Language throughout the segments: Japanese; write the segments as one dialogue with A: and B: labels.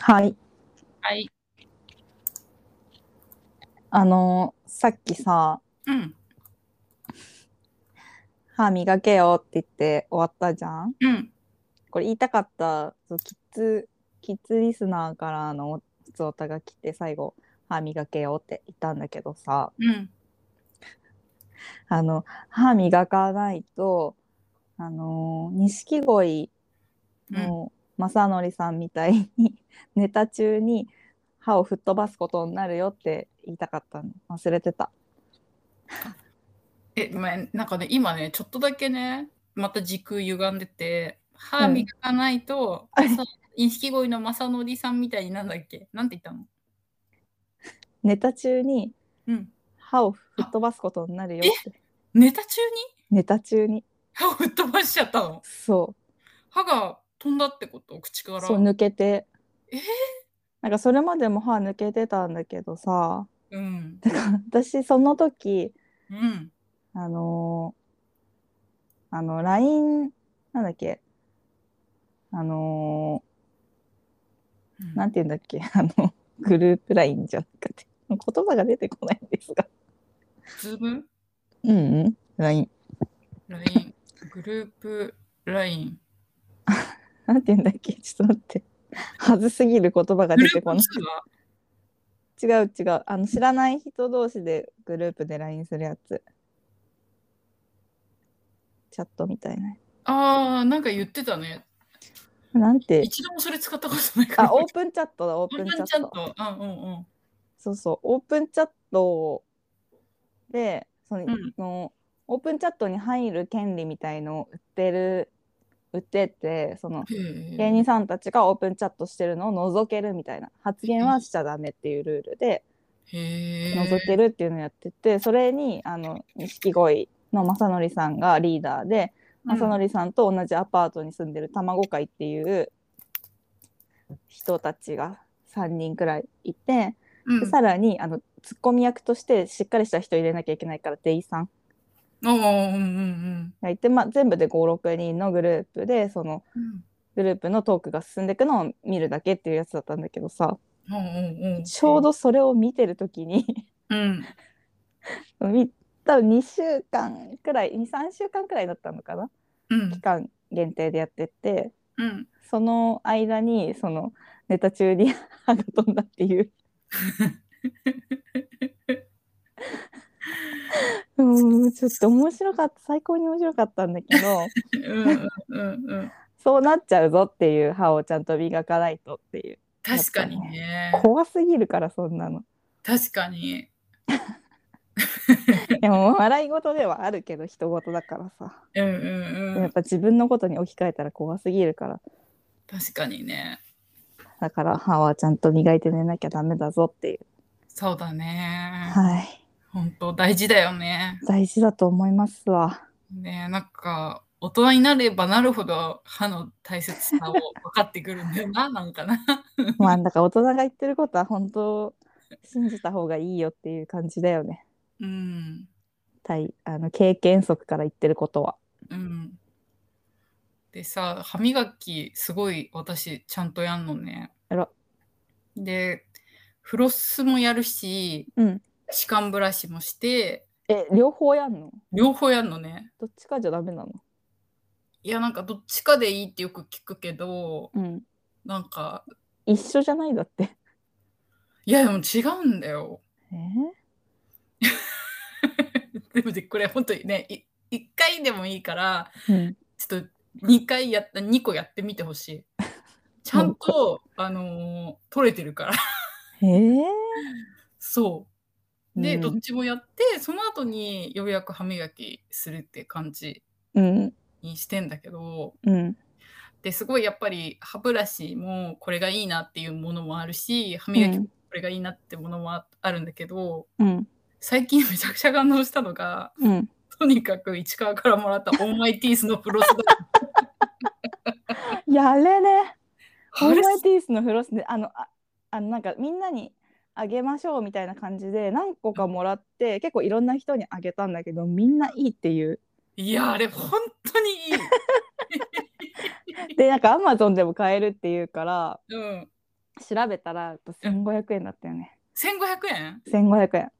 A: はい。
B: はい。
A: あの、さっきさ、
B: うん。
A: 歯磨けよって言って終わったじゃん
B: うん。
A: これ言いたかった、そうキッズ、キッズリスナーからの普通おたが来て最後、歯磨けよって言ったんだけどさ、
B: うん。
A: あの、歯磨かないと、あの、錦鯉の正則さんみたいに、 ネタ中に歯を吹っ飛ばすことになるよって言いたかったの。忘れてた。
B: え、ごめん。なんかね、今ね、ちょっとだけね、また時空歪んでて、歯
A: うん
B: 磨かないと、
A: あれ
B: さ錦鯉の正則さんみたいになんだっけなんて言ったの
A: ネタ中に、
B: うん。
A: 歯を吹っ飛ばすことになるよって
B: ネタ中に
A: ネタ中に
B: 歯を吹っ飛ばしちゃったの。
A: そ
B: 歯が飛んだってこと口か
A: う
B: ら。
A: そう抜けて
B: えー
A: なんかそれまでも歯抜けてたんだけどさ
B: うん。
A: だから私その時
B: うん。
A: あのーあの LINE なんだっけあのーなんて言うんだっけ あのグループ LINE じゃなくて言葉が出てこないんですが
B: ズーム
A: うんうん LINE
B: ?LINE。グループ LINE。
A: なんて言うんだっけちょっと待ってはずすぎる言葉が出てこない
B: グループ通話
A: 違う違うあの知らない人同士でグループで LINE するやつチャットみたいな
B: ああ、なんか言ってたね。
A: なんて
B: 一度もそれ使ったことないから。
A: あオープンチャットだオー
B: オ
A: プンチャ
B: ちゃ
A: ッ
B: ん
A: ト
B: と。うんうんうん。
A: そうそうオープンチャットでその,、
B: うん
A: のオープンチャットに入る権利みたいのを売ってる売っててその芸
B: 芸
A: 人さんたちがオープンチャットしてるのを覗けるみたいな発言はしちゃダメっていうルールで
B: へー
A: 覗けるっていうのをやっててそれにあの錦鯉の正則さんがリーダーで
B: うん
A: 正則さんと同じアパートに住んでる卵会っていう人たちが3人くらいいて、
B: う
A: で
B: ん
A: さらにあのツッコミ役としてしっかりした人入れなきゃいけないからデイさん
B: おーうんうん
A: がいて、まあ、全部で56人のグループでその
B: うん
A: グループのトークが進んでいくのを見るだけっていうやつだったんだけどさ
B: おーおーおー
A: ちょうどそれを見てる時に。
B: うん
A: み多分2週間くらい23週間くらいだったのかな
B: うん
A: 期間限定でやってて
B: うん
A: その間にそのネタ中に歯が飛んだって いううんちょっと面白かった最高に面白かったんだけど
B: うんうんうん
A: そうなっちゃうぞっていう歯をちゃんと磨かないとっていう
B: 確かにね
A: 怖すぎるからそんなの
B: 確かに
A: でも笑い事ではあるけど人事だからさ
B: うんうんう
A: やっ
B: ん
A: ぱ自分のことに置き換えたら怖すぎるから
B: 確かにね
A: だから歯はちゃんと磨いて寝なきゃダメだぞっていう。
B: そうだね
A: はい。
B: 本当大事だよね
A: 大事だと思いますわ。
B: ねなんか大人になればなるほど歯の大切さを分かってくるんだよななんかな
A: まあ、だから大人が言ってることは本当、信じた方がいいよっていう感じだよね。
B: うん
A: 対あの経験則から言ってることは。
B: うん。でさ、歯磨きすごい私ちゃんとやんのね。
A: あら
B: で、フロスもやるし、
A: うん。
B: 歯間ブラシもして、
A: え、両方やんの
B: 両方やんのね。
A: どっちかじゃダメなの
B: いや、なんかどっちかでいいってよく聞くけど、
A: うん。
B: なんか、
A: 一緒じゃないだって。
B: いや、でも違うんだよ。
A: え
B: でもねこれ本当にね、い1回でもいいから、
A: うん。
B: ちょっと2回やった、2個やってみてほしい。ちゃんと、あのー取れてるから。
A: えー、
B: そう。で、
A: うん
B: どっちもやってその後にようやく歯磨きするって感じ
A: うん。
B: にしてんだけど
A: うん。
B: ですごいやっぱり歯ブラシもこれがいいなっていうものもあるし歯磨きもこれがいいなってものもああるんだけど、
A: うん。
B: 最近めちゃくちゃ感動したのが
A: うん。
B: とにかく市川からもらったオンマイティースのフロスだ
A: やれね。 オ
B: あ
A: ー
B: れ
A: マイティースのフロスで、あの、ああのなんかみんなにあげましょうみたいな感じで何個かもらって、結構いろんな人にあげたんだけど、みんないいっていう。
B: いやあれ本当にいい、
A: で、なんかアマゾンでも買えるっていうから、
B: うん、
A: 調べたらやっぱ1500円だったよね、
B: 1500円
A: 1500円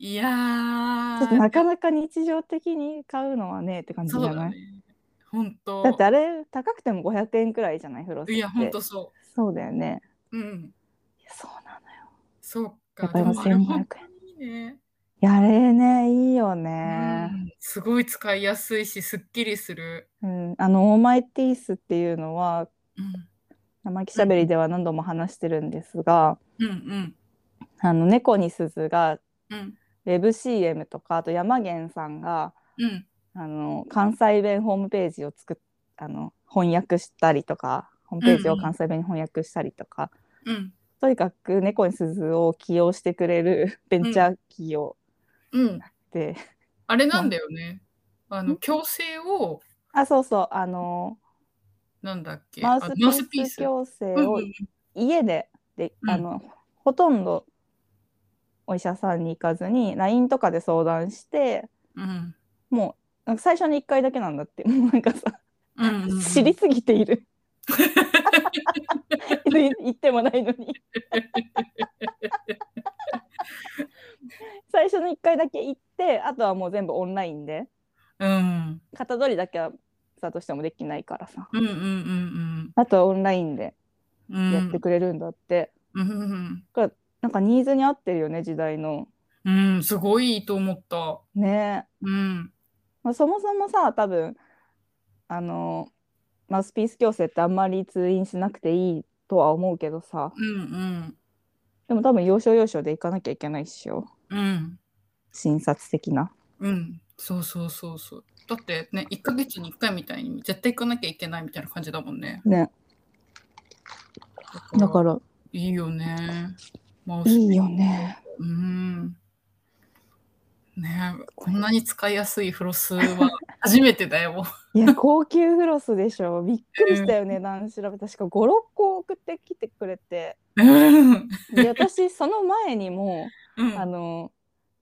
B: いや
A: ちょっと
B: ー
A: なかなか日常的に買うのはねって感じじ
B: そう
A: ゃ
B: だ
A: ないだ,、
B: ね本当
A: ってあれ高くても500円くらいじゃないフロスって
B: いや本当そ
A: そうだよね
B: ううん
A: いやそうなのよ
B: そうか
A: やっぱ今
B: でもあれ
A: 1500円
B: 本当にいいね
A: いやあれねいいよ
B: う
A: ね、
B: んすごい使いやすいしすっきりする
A: うん、あのオーマイティースっていうのは
B: うん
A: 生きしゃべりでは何度も話してるんですが、
B: うん
A: あの猫に鈴が
B: うんうん
A: ウェブ CM とかあと山源さんが
B: うん
A: あの関西弁ホームページを作っあの翻訳したりとかホームページを関西弁に翻訳したりとか、
B: うん
A: とにかく猫に鈴を起用してくれるベンチャー企業
B: うん
A: で、
B: あれなんだよねあの矯正を
A: あそうそうあの
B: なんだっけ
A: マ
B: あ
A: ウスピ
B: マウスピ
A: ー
B: ー
A: ス
B: ス
A: 矯正
B: うん
A: を
B: うん
A: 家でで、
B: うん
A: あのほとんどお医者さんに行かずに LINE とかで相談して
B: うん
A: もうなんか最初に1回だけなんだって もうなんかさ、
B: うんうんうん
A: 知りすぎてい る言ってもないのに最初の1回だけ行ってあとはもう全部オンラインで
B: うん
A: 型取りだけはさとしてもできないからさ
B: うんうんうん
A: あとはオンラインで
B: うんうん
A: やってくれるんだって、
B: うんうん
A: なんかニーズに合ってるよね時代の
B: うんうんすごいいいと思った
A: ねえ
B: うん
A: まあ、そもそもさ多分あのマウスピース矯正ってあんまり通院しなくていいとは思うけどさ
B: うん
A: でも多分要所要所で行かなきゃいけないっしょ
B: うんうん
A: 診察的な
B: うんそうそうそうそうだってね1ヶ月に1回みたいに絶対行かなきゃいけないみたいな感じだもんね
A: ねだから
B: いいよねマウス
A: いいよね
B: うんねえこんなに使いやすいフロスは初めてだよ。
A: いや高級フロスでし ょびっくりしたよね段調べ確か56個送ってきてくれて
B: うん。
A: で私その前にも
B: う
A: あ
B: ん。
A: の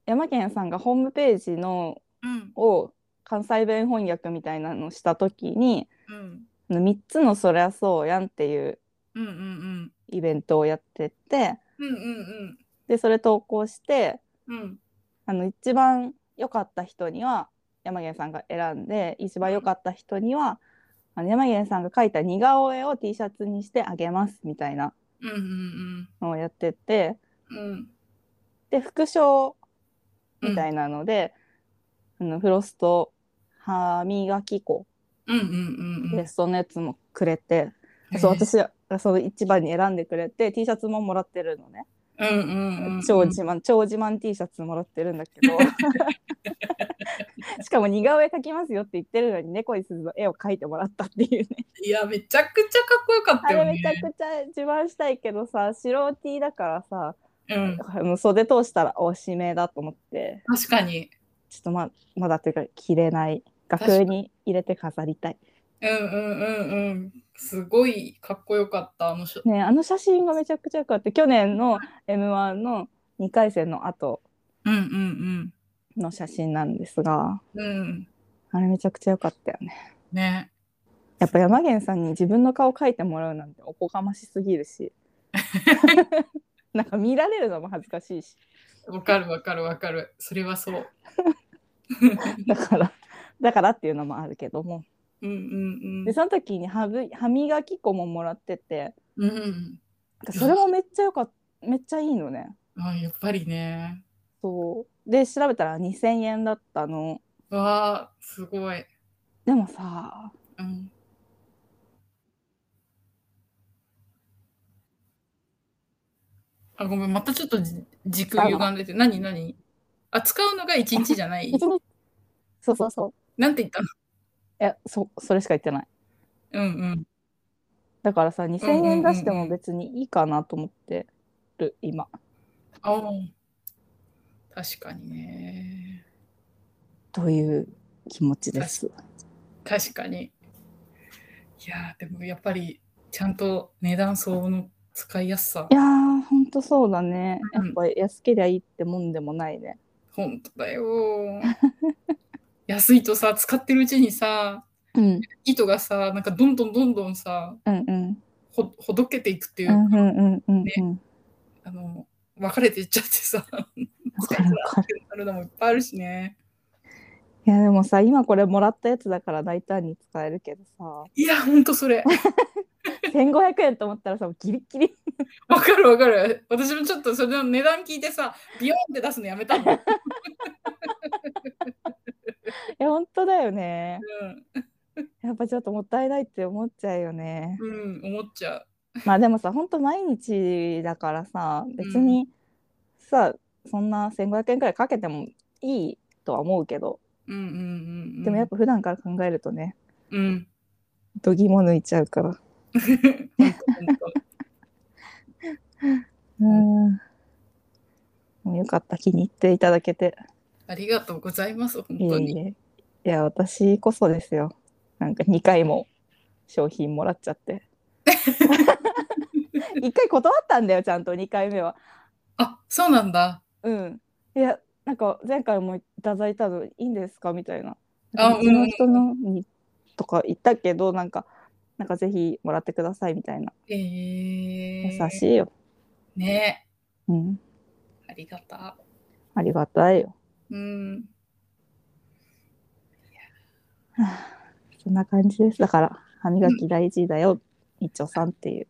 A: 山県さんがホームページの
B: うん。
A: を関西弁翻訳みたいなのした時に
B: うん。
A: あの3つの「そりゃそうやん」っていう
B: うん。うん。
A: イベントをやってて
B: うん。うん。
A: でそれ投稿して
B: うん。
A: あの一番良かった人には山源さんが選んで一番良かった人にはあの山源さんが描いた似顔絵を T シャツにしてあげますみたいな
B: うん。うん。
A: のをやってて
B: うん。
A: で副賞みたいなので、あのフロスト歯磨き粉
B: うん。うん。うん。
A: ベストのやつもくれて、そう私がその一番に選んでくれて T シャツももらってるのね。
B: うん。うん。うん。
A: 超自慢、超自慢 T シャツもらってるんだけ どしかも似顔絵描きますよって言ってるのに猫に鈴の絵を描いてもらったっていうね
B: いや、めちゃくちゃかっこよかっ
A: あ
B: たよ
A: れめ
B: ね
A: ち。ゃくちゃ自慢したいけどさ白 T だからさ
B: うん。
A: あの袖通したらおしめだと思って
B: 確かに。
A: ちょっとままだというか着れない
B: かに
A: 額に入れて飾りたい
B: うん。うん。うん。うん。すごいかっこよかった。あのしょ。
A: ねあの写真がめちゃくちゃよかった去年の m 1の2回戦の後
B: うん。うん。
A: の写真なんですが
B: うん。うん。
A: あれめちゃくちゃ良かったよね
B: ね。
A: やっぱ山源さんに自分の顔描いてもらうなんておこがましすぎるしなんか見られるのも恥ずかしいし
B: わかるわかるわかる。それはそう。
A: だからだからっていうのもあるけども
B: うん。うん。
A: でその時に歯ぶ歯磨き粉ももらってて
B: うん。うん。
A: なんかそれもめっちゃよかっためっちゃいいのね
B: あ、やっぱりね。
A: そうで調べたら2,000円だったの
B: わあ、すごい。
A: でもさ
B: うん。あ、ごめん、またちょっとじ軸歪んでて、何何あ、使うのが 一日じゃない
A: 一。日そうそうそう
B: なんて言ったの
A: えそそれしか言ってない
B: うんうん。
A: だからさ2,000円出しても別にいいかなと思ってる今
B: ああ。確かにね。
A: という気持ちです
B: 確かに。いやー、でもやっぱり、ちゃんと値段相応の使いやすさ
A: い、やー、ほんとそうだね。や
B: う
A: っ
B: ん
A: ぱ安けりゃいいってもんでもないね。
B: ほんとだ よー。安いとさ、使ってるうちにさ、
A: うん、
B: 糸がさなんかどんどんどんどんさ
A: うん、うん。
B: ほほどけていくっていう
A: うんう
B: か、
A: んうんうんうん。
B: あの別れていっちゃってさ
A: わかるわかる。
B: あるのもいっぱいあるしね
A: いやでもさ、今これもらったやつだから大胆に使えるけどさ、
B: いやほんとそれ
A: 1500円と思ったらさ、ギリギリ。
B: わかるわかる私もちょっとそれの値段聞いてさビヨンって出すのやめたもん、うん、
A: いや、本当だよね。やっぱちょっともったいないって思っちゃうよね。
B: うん、思っちゃう
A: まあでもさ、本当毎日だからさ、別
B: うん
A: にさ、そんな1500円くらいかけてもいいとは思うけど、
B: うんうんうんうん
A: でもやっぱ普段から考えるとね、
B: うん
A: 度肝抜いちゃうから。
B: ほんとほんと
A: うん。もうよかった、気に入っていただけて。
B: ありがとうございます本
A: い
B: 当
A: え
B: に
A: いえ。いや、私こそですよ。なんか2回も商品もらっちゃ って。1回断ったんだよ、ちゃんと2回目は。
B: あそうなんだ
A: うん。いや、なんか前回もいただいたのいいんですかみたいな。
B: あ
A: うちの人のにとか言ったけど、なんか、なんかぜひもらってくださいみたいな。
B: え
A: 優
B: ー、
A: しいよ。
B: ね
A: うん。
B: ありがた
A: ありがたいよ。
B: うん
A: そんな感じです。だから、歯磨き大事だよ、みちおさんっていう。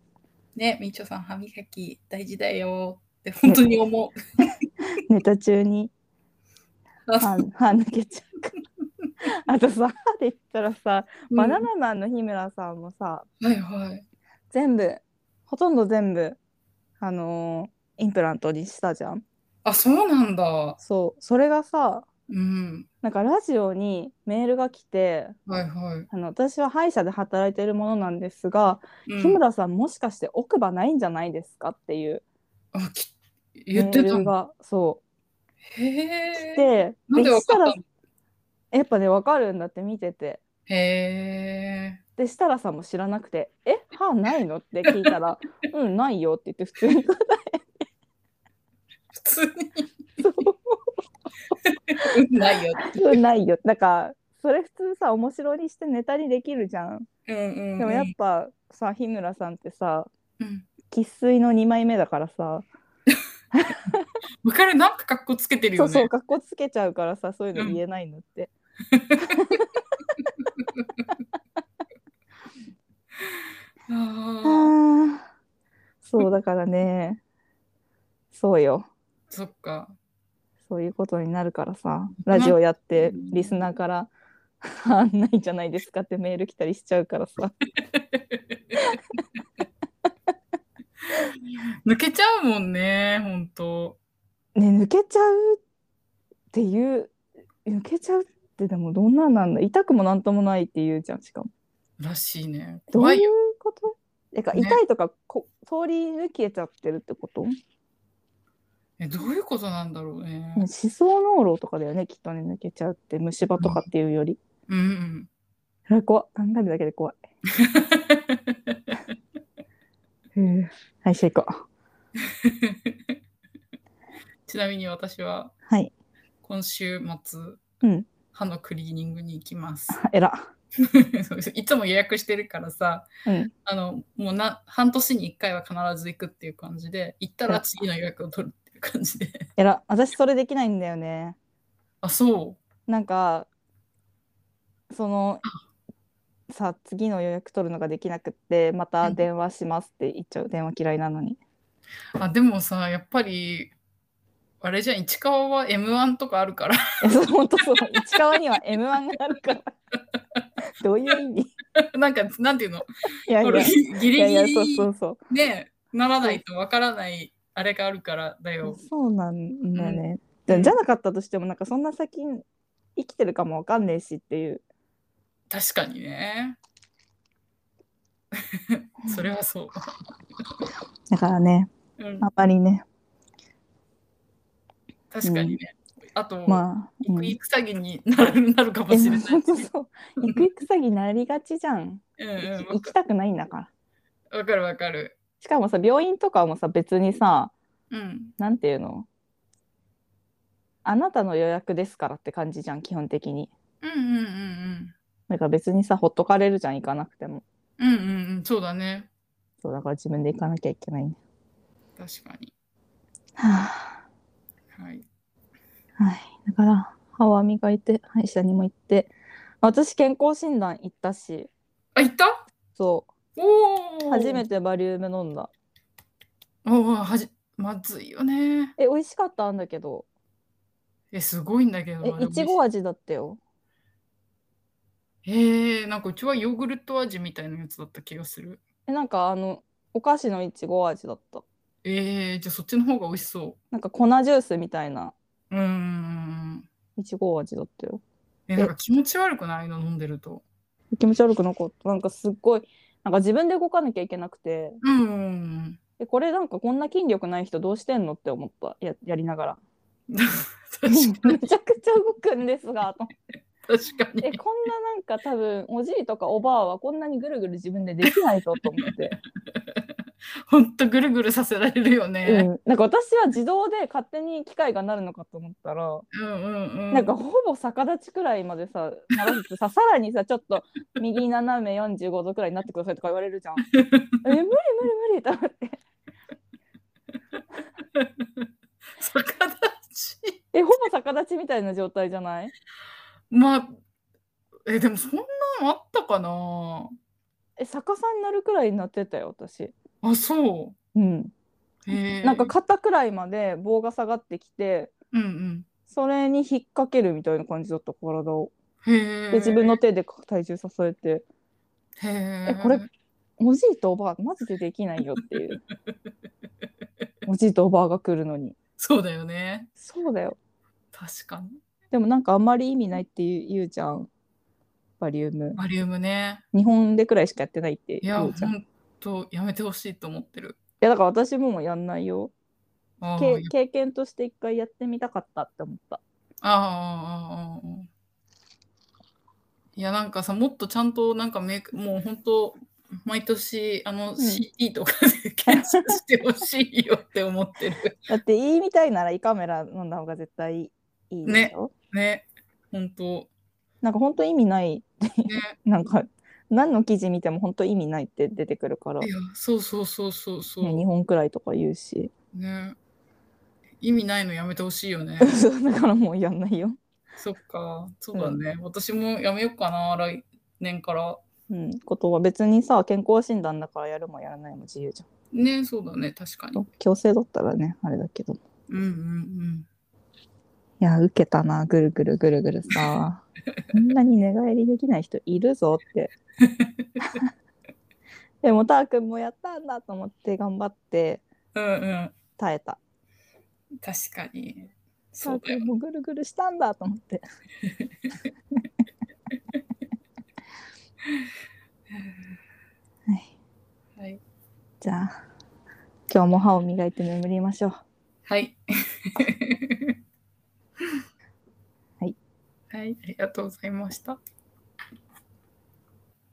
B: ねみちょさん歯磨き大事だよって本当に思う
A: ネタ中に
B: あ
A: 歯歯抜けちゃうから。 あとさ、歯で言ったらさ、
B: うん
A: バナナマンの日村さんもさ、
B: はいはい
A: 全部、ほとんど全部、あのーインプラントにしたじゃん。
B: あそうなんだ
A: そう、それがさ、
B: うん
A: なんかラジオにメールが来て、
B: はいはい、
A: あの私は歯医者で働いてるものなんですが、
B: うん
A: 日村さんもしかして奥歯ないんじゃないですかっていう
B: あき
A: メ
B: 言って
A: ー
B: た
A: ル
B: の
A: がそう
B: へ
A: 来
B: え
A: て、
B: なんで
A: で
B: わ
A: した
B: かっ
A: ら
B: たの
A: やっぱね分かるんだって見てて
B: へえ
A: で設楽さんも知らなくて「え歯ないの?」って聞いたら 「うんないよ」って言って普通に 答
B: 普通に
A: えそう
B: うんな いよ
A: 「うんないよ」なんかそれ普通さ面白にしてネタにできるじゃん。
B: うんうんうん
A: でもやっぱさ日村さんってさ
B: うん
A: 生粋の2枚目だからさ、
B: わかるなんか格好つけてる
A: そ
B: よ
A: う
B: ね
A: そう格好つけちゃうからさそういうの言えないのって。
B: あー
A: ああそうだからねそうよ
B: そっか
A: そういうことになるからさラジオやって
B: うん
A: リスナーから「あんないんじゃないですか」ってメール来たりしちゃうからさ
B: 抜けちゃうもんねほんと
A: ね抜けちゃうっていう抜けちゃうってでもどんなんなんだ痛くもなんともないっていうじゃんしかも
B: らしいね
A: どう
B: 怖
A: い
B: いうよ
A: ことてか
B: ね
A: 痛いとかこ通り抜けちゃってるってこと、
B: えどういうことなんだろうね
A: 思想脳炉とかだよねきっとね抜けちゃうって虫歯とかっていうより、
B: うんうん
A: あ怖っ考えるだけで 怖いうんはいじゃあ行こう
B: ちなみに私は
A: はい
B: 今週末、
A: うん
B: 歯のクリーニングに行きます。
A: あえら
B: いつも予約してるからさ、
A: うん
B: あのもうな半年に1回は必ず行くっていう感じで、行ったら次の予約を取るっていう感じで。
A: えら私それできないんだよね
B: あ、そ
A: なんかそのさ次の予約取るのができなくってまた電話しますって言っちゃう電話嫌いなのに
B: う。あ、でもさ、やっぱり、あれじゃん、市川は M1 とかあるから、
A: いやそう本 当そう市川には m 1があるからどういう 意味い
B: なんか、なんていうの、
A: やい
B: こ
A: や
B: れ
A: い
B: ギリギ
A: や
B: リ
A: いやそうそうそう
B: ね、ならないとわからないあれがあるからだよ。
A: そうなんだよね、
B: うん
A: でじゃなかったとしてもなんかそんな先生きてるかもわかんねえしっていう
B: 確かにね。それはそう。
A: だからね
B: うん
A: あんまりね
B: 確かにね。あと、
A: まあ、
B: 行
A: う
B: く
A: ん
B: 行く詐欺になるなるかもしれない。
A: そうそうそう 行く行く詐欺なりがちじゃん
B: うん
A: 行
B: うん
A: き行きたくないんだから
B: わかるわかる。
A: しかもさ病院とかもさ別にさ
B: うん。
A: なんていうのあなたの予約ですからって感じじゃん基本的に
B: うんうんうん
A: だから別にさほっとかれるじゃん行かなくても
B: うん。うんうんうん。そうだね。
A: そうだから自分で行かなきゃいけないね。
B: 確かに。
A: は
B: はい。
A: あ、はい。だから歯は磨いて歯医者にも行って、私健康診断行ったし、
B: あ、行った
A: そ
B: お
A: う
B: お
A: 初め
B: て。
A: てバリウム飲んだ。
B: おお、はじ、まずいよね。
A: え美味しかったんだけど、
B: え、すごいんだけど
A: え
B: な。
A: いちご味だったよ。
B: えー、なんかうちはヨーグルト味みたいなやつだった気がする。
A: えなんかあのお菓子のいちご味だった。
B: えー、じゃあそっちの方が美味しそ
A: なんか粉ジュースみたいな
B: う。うーん。
A: いちご味だったよ。
B: え、なんか気持ち悪くないの飲んでると。
A: 気持ち悪くなかった。なんかすっごいなんか自分で動かなきゃいけなくて、
B: うーん。
A: えこれなんかこんな筋力ない人どうしてんのって思ったややりながら。
B: 確
A: めち
B: かに、
A: ゃくちゃ動くんですがと思って
B: 確か
A: え
B: に。
A: こんななんか多分おじいとかおばあはこんなにぐるぐる自分でできないぞと思って、
B: ほんとぐるぐるさせられるよ
A: う
B: ね。
A: ん、なんか私は自動で勝手に機械がなるのかと思ったら、
B: うん、うん、うん。
A: なんかほぼ逆立ちくらいまでさならせてささらにさちょっと右斜め45度くらいになってくださいとか言われるじゃん。え無理無理無理と思って
B: 逆立ち。
A: えほぼ逆立ちみたいな状態じゃない
B: まあ、え、でもそんなんあったかな
A: え逆さになるくらいになってたよ私。
B: あ、そ
A: うん、
B: う。へえ
A: なんか、肩くらいまで棒が下がってきて
B: うんうん。
A: それに引っ掛けるみたいな感じだった体を。
B: へえ。
A: で自分の手で体重支えて
B: へえ。
A: えこれおじいとおばあマジでできないよっていうおじいとおばあが来るのに
B: そうだよね。
A: そうだよ
B: 確かに。
A: でもなんかあんまり意味ないって言う言うじゃんバリウム
B: バリウムね。
A: 日本でくらいしかやってないって
B: いや、
A: 言
B: ほ
A: うじゃんいや
B: んと、やめてほしいと思ってる。
A: だから私ももうやんないよ
B: ああ、
A: け
B: や
A: 経験として一回やってみたかったって思った
B: ああああああいやなんかさもっとちゃんとなんかメイクもう本当毎年あの CT とかで検査してほしいよって思ってる
A: だっていいみたいなら胃カメラ飲んだ方が絶対いいでしょ、
B: ね本当
A: なんかほんと意味ない
B: ね
A: なんか何の記事見てもほんと意味ないって出てくるから、
B: い
A: ね、
B: や そうそうそうそうそう
A: 日本くらいとか言うし
B: ね意味ないのやめてほしいよ ね
A: そうだからもうやんないよ。
B: そっかそうだね、私もやめようかな来年から
A: うん、ことは別にさ健康診断だからやるもやらないも自由じ
B: ねそうだね確か
A: ゃん
B: に
A: 強制だったらねあれだけどい
B: うんうんうん
A: や受けたなぐるぐるぐるぐるさこんなに寝返りできない人いるぞって でもたーくんもやったんだと思って頑張って
B: うんうん
A: 耐えた
B: 確かに
A: た
B: そう
A: ー
B: だよ
A: くんもぐるぐるしたんだと思 ってはい
B: はい。
A: じゃあ今日も歯を磨いて眠りましょう
B: はい。
A: はい。
B: はい。ありがとうございました。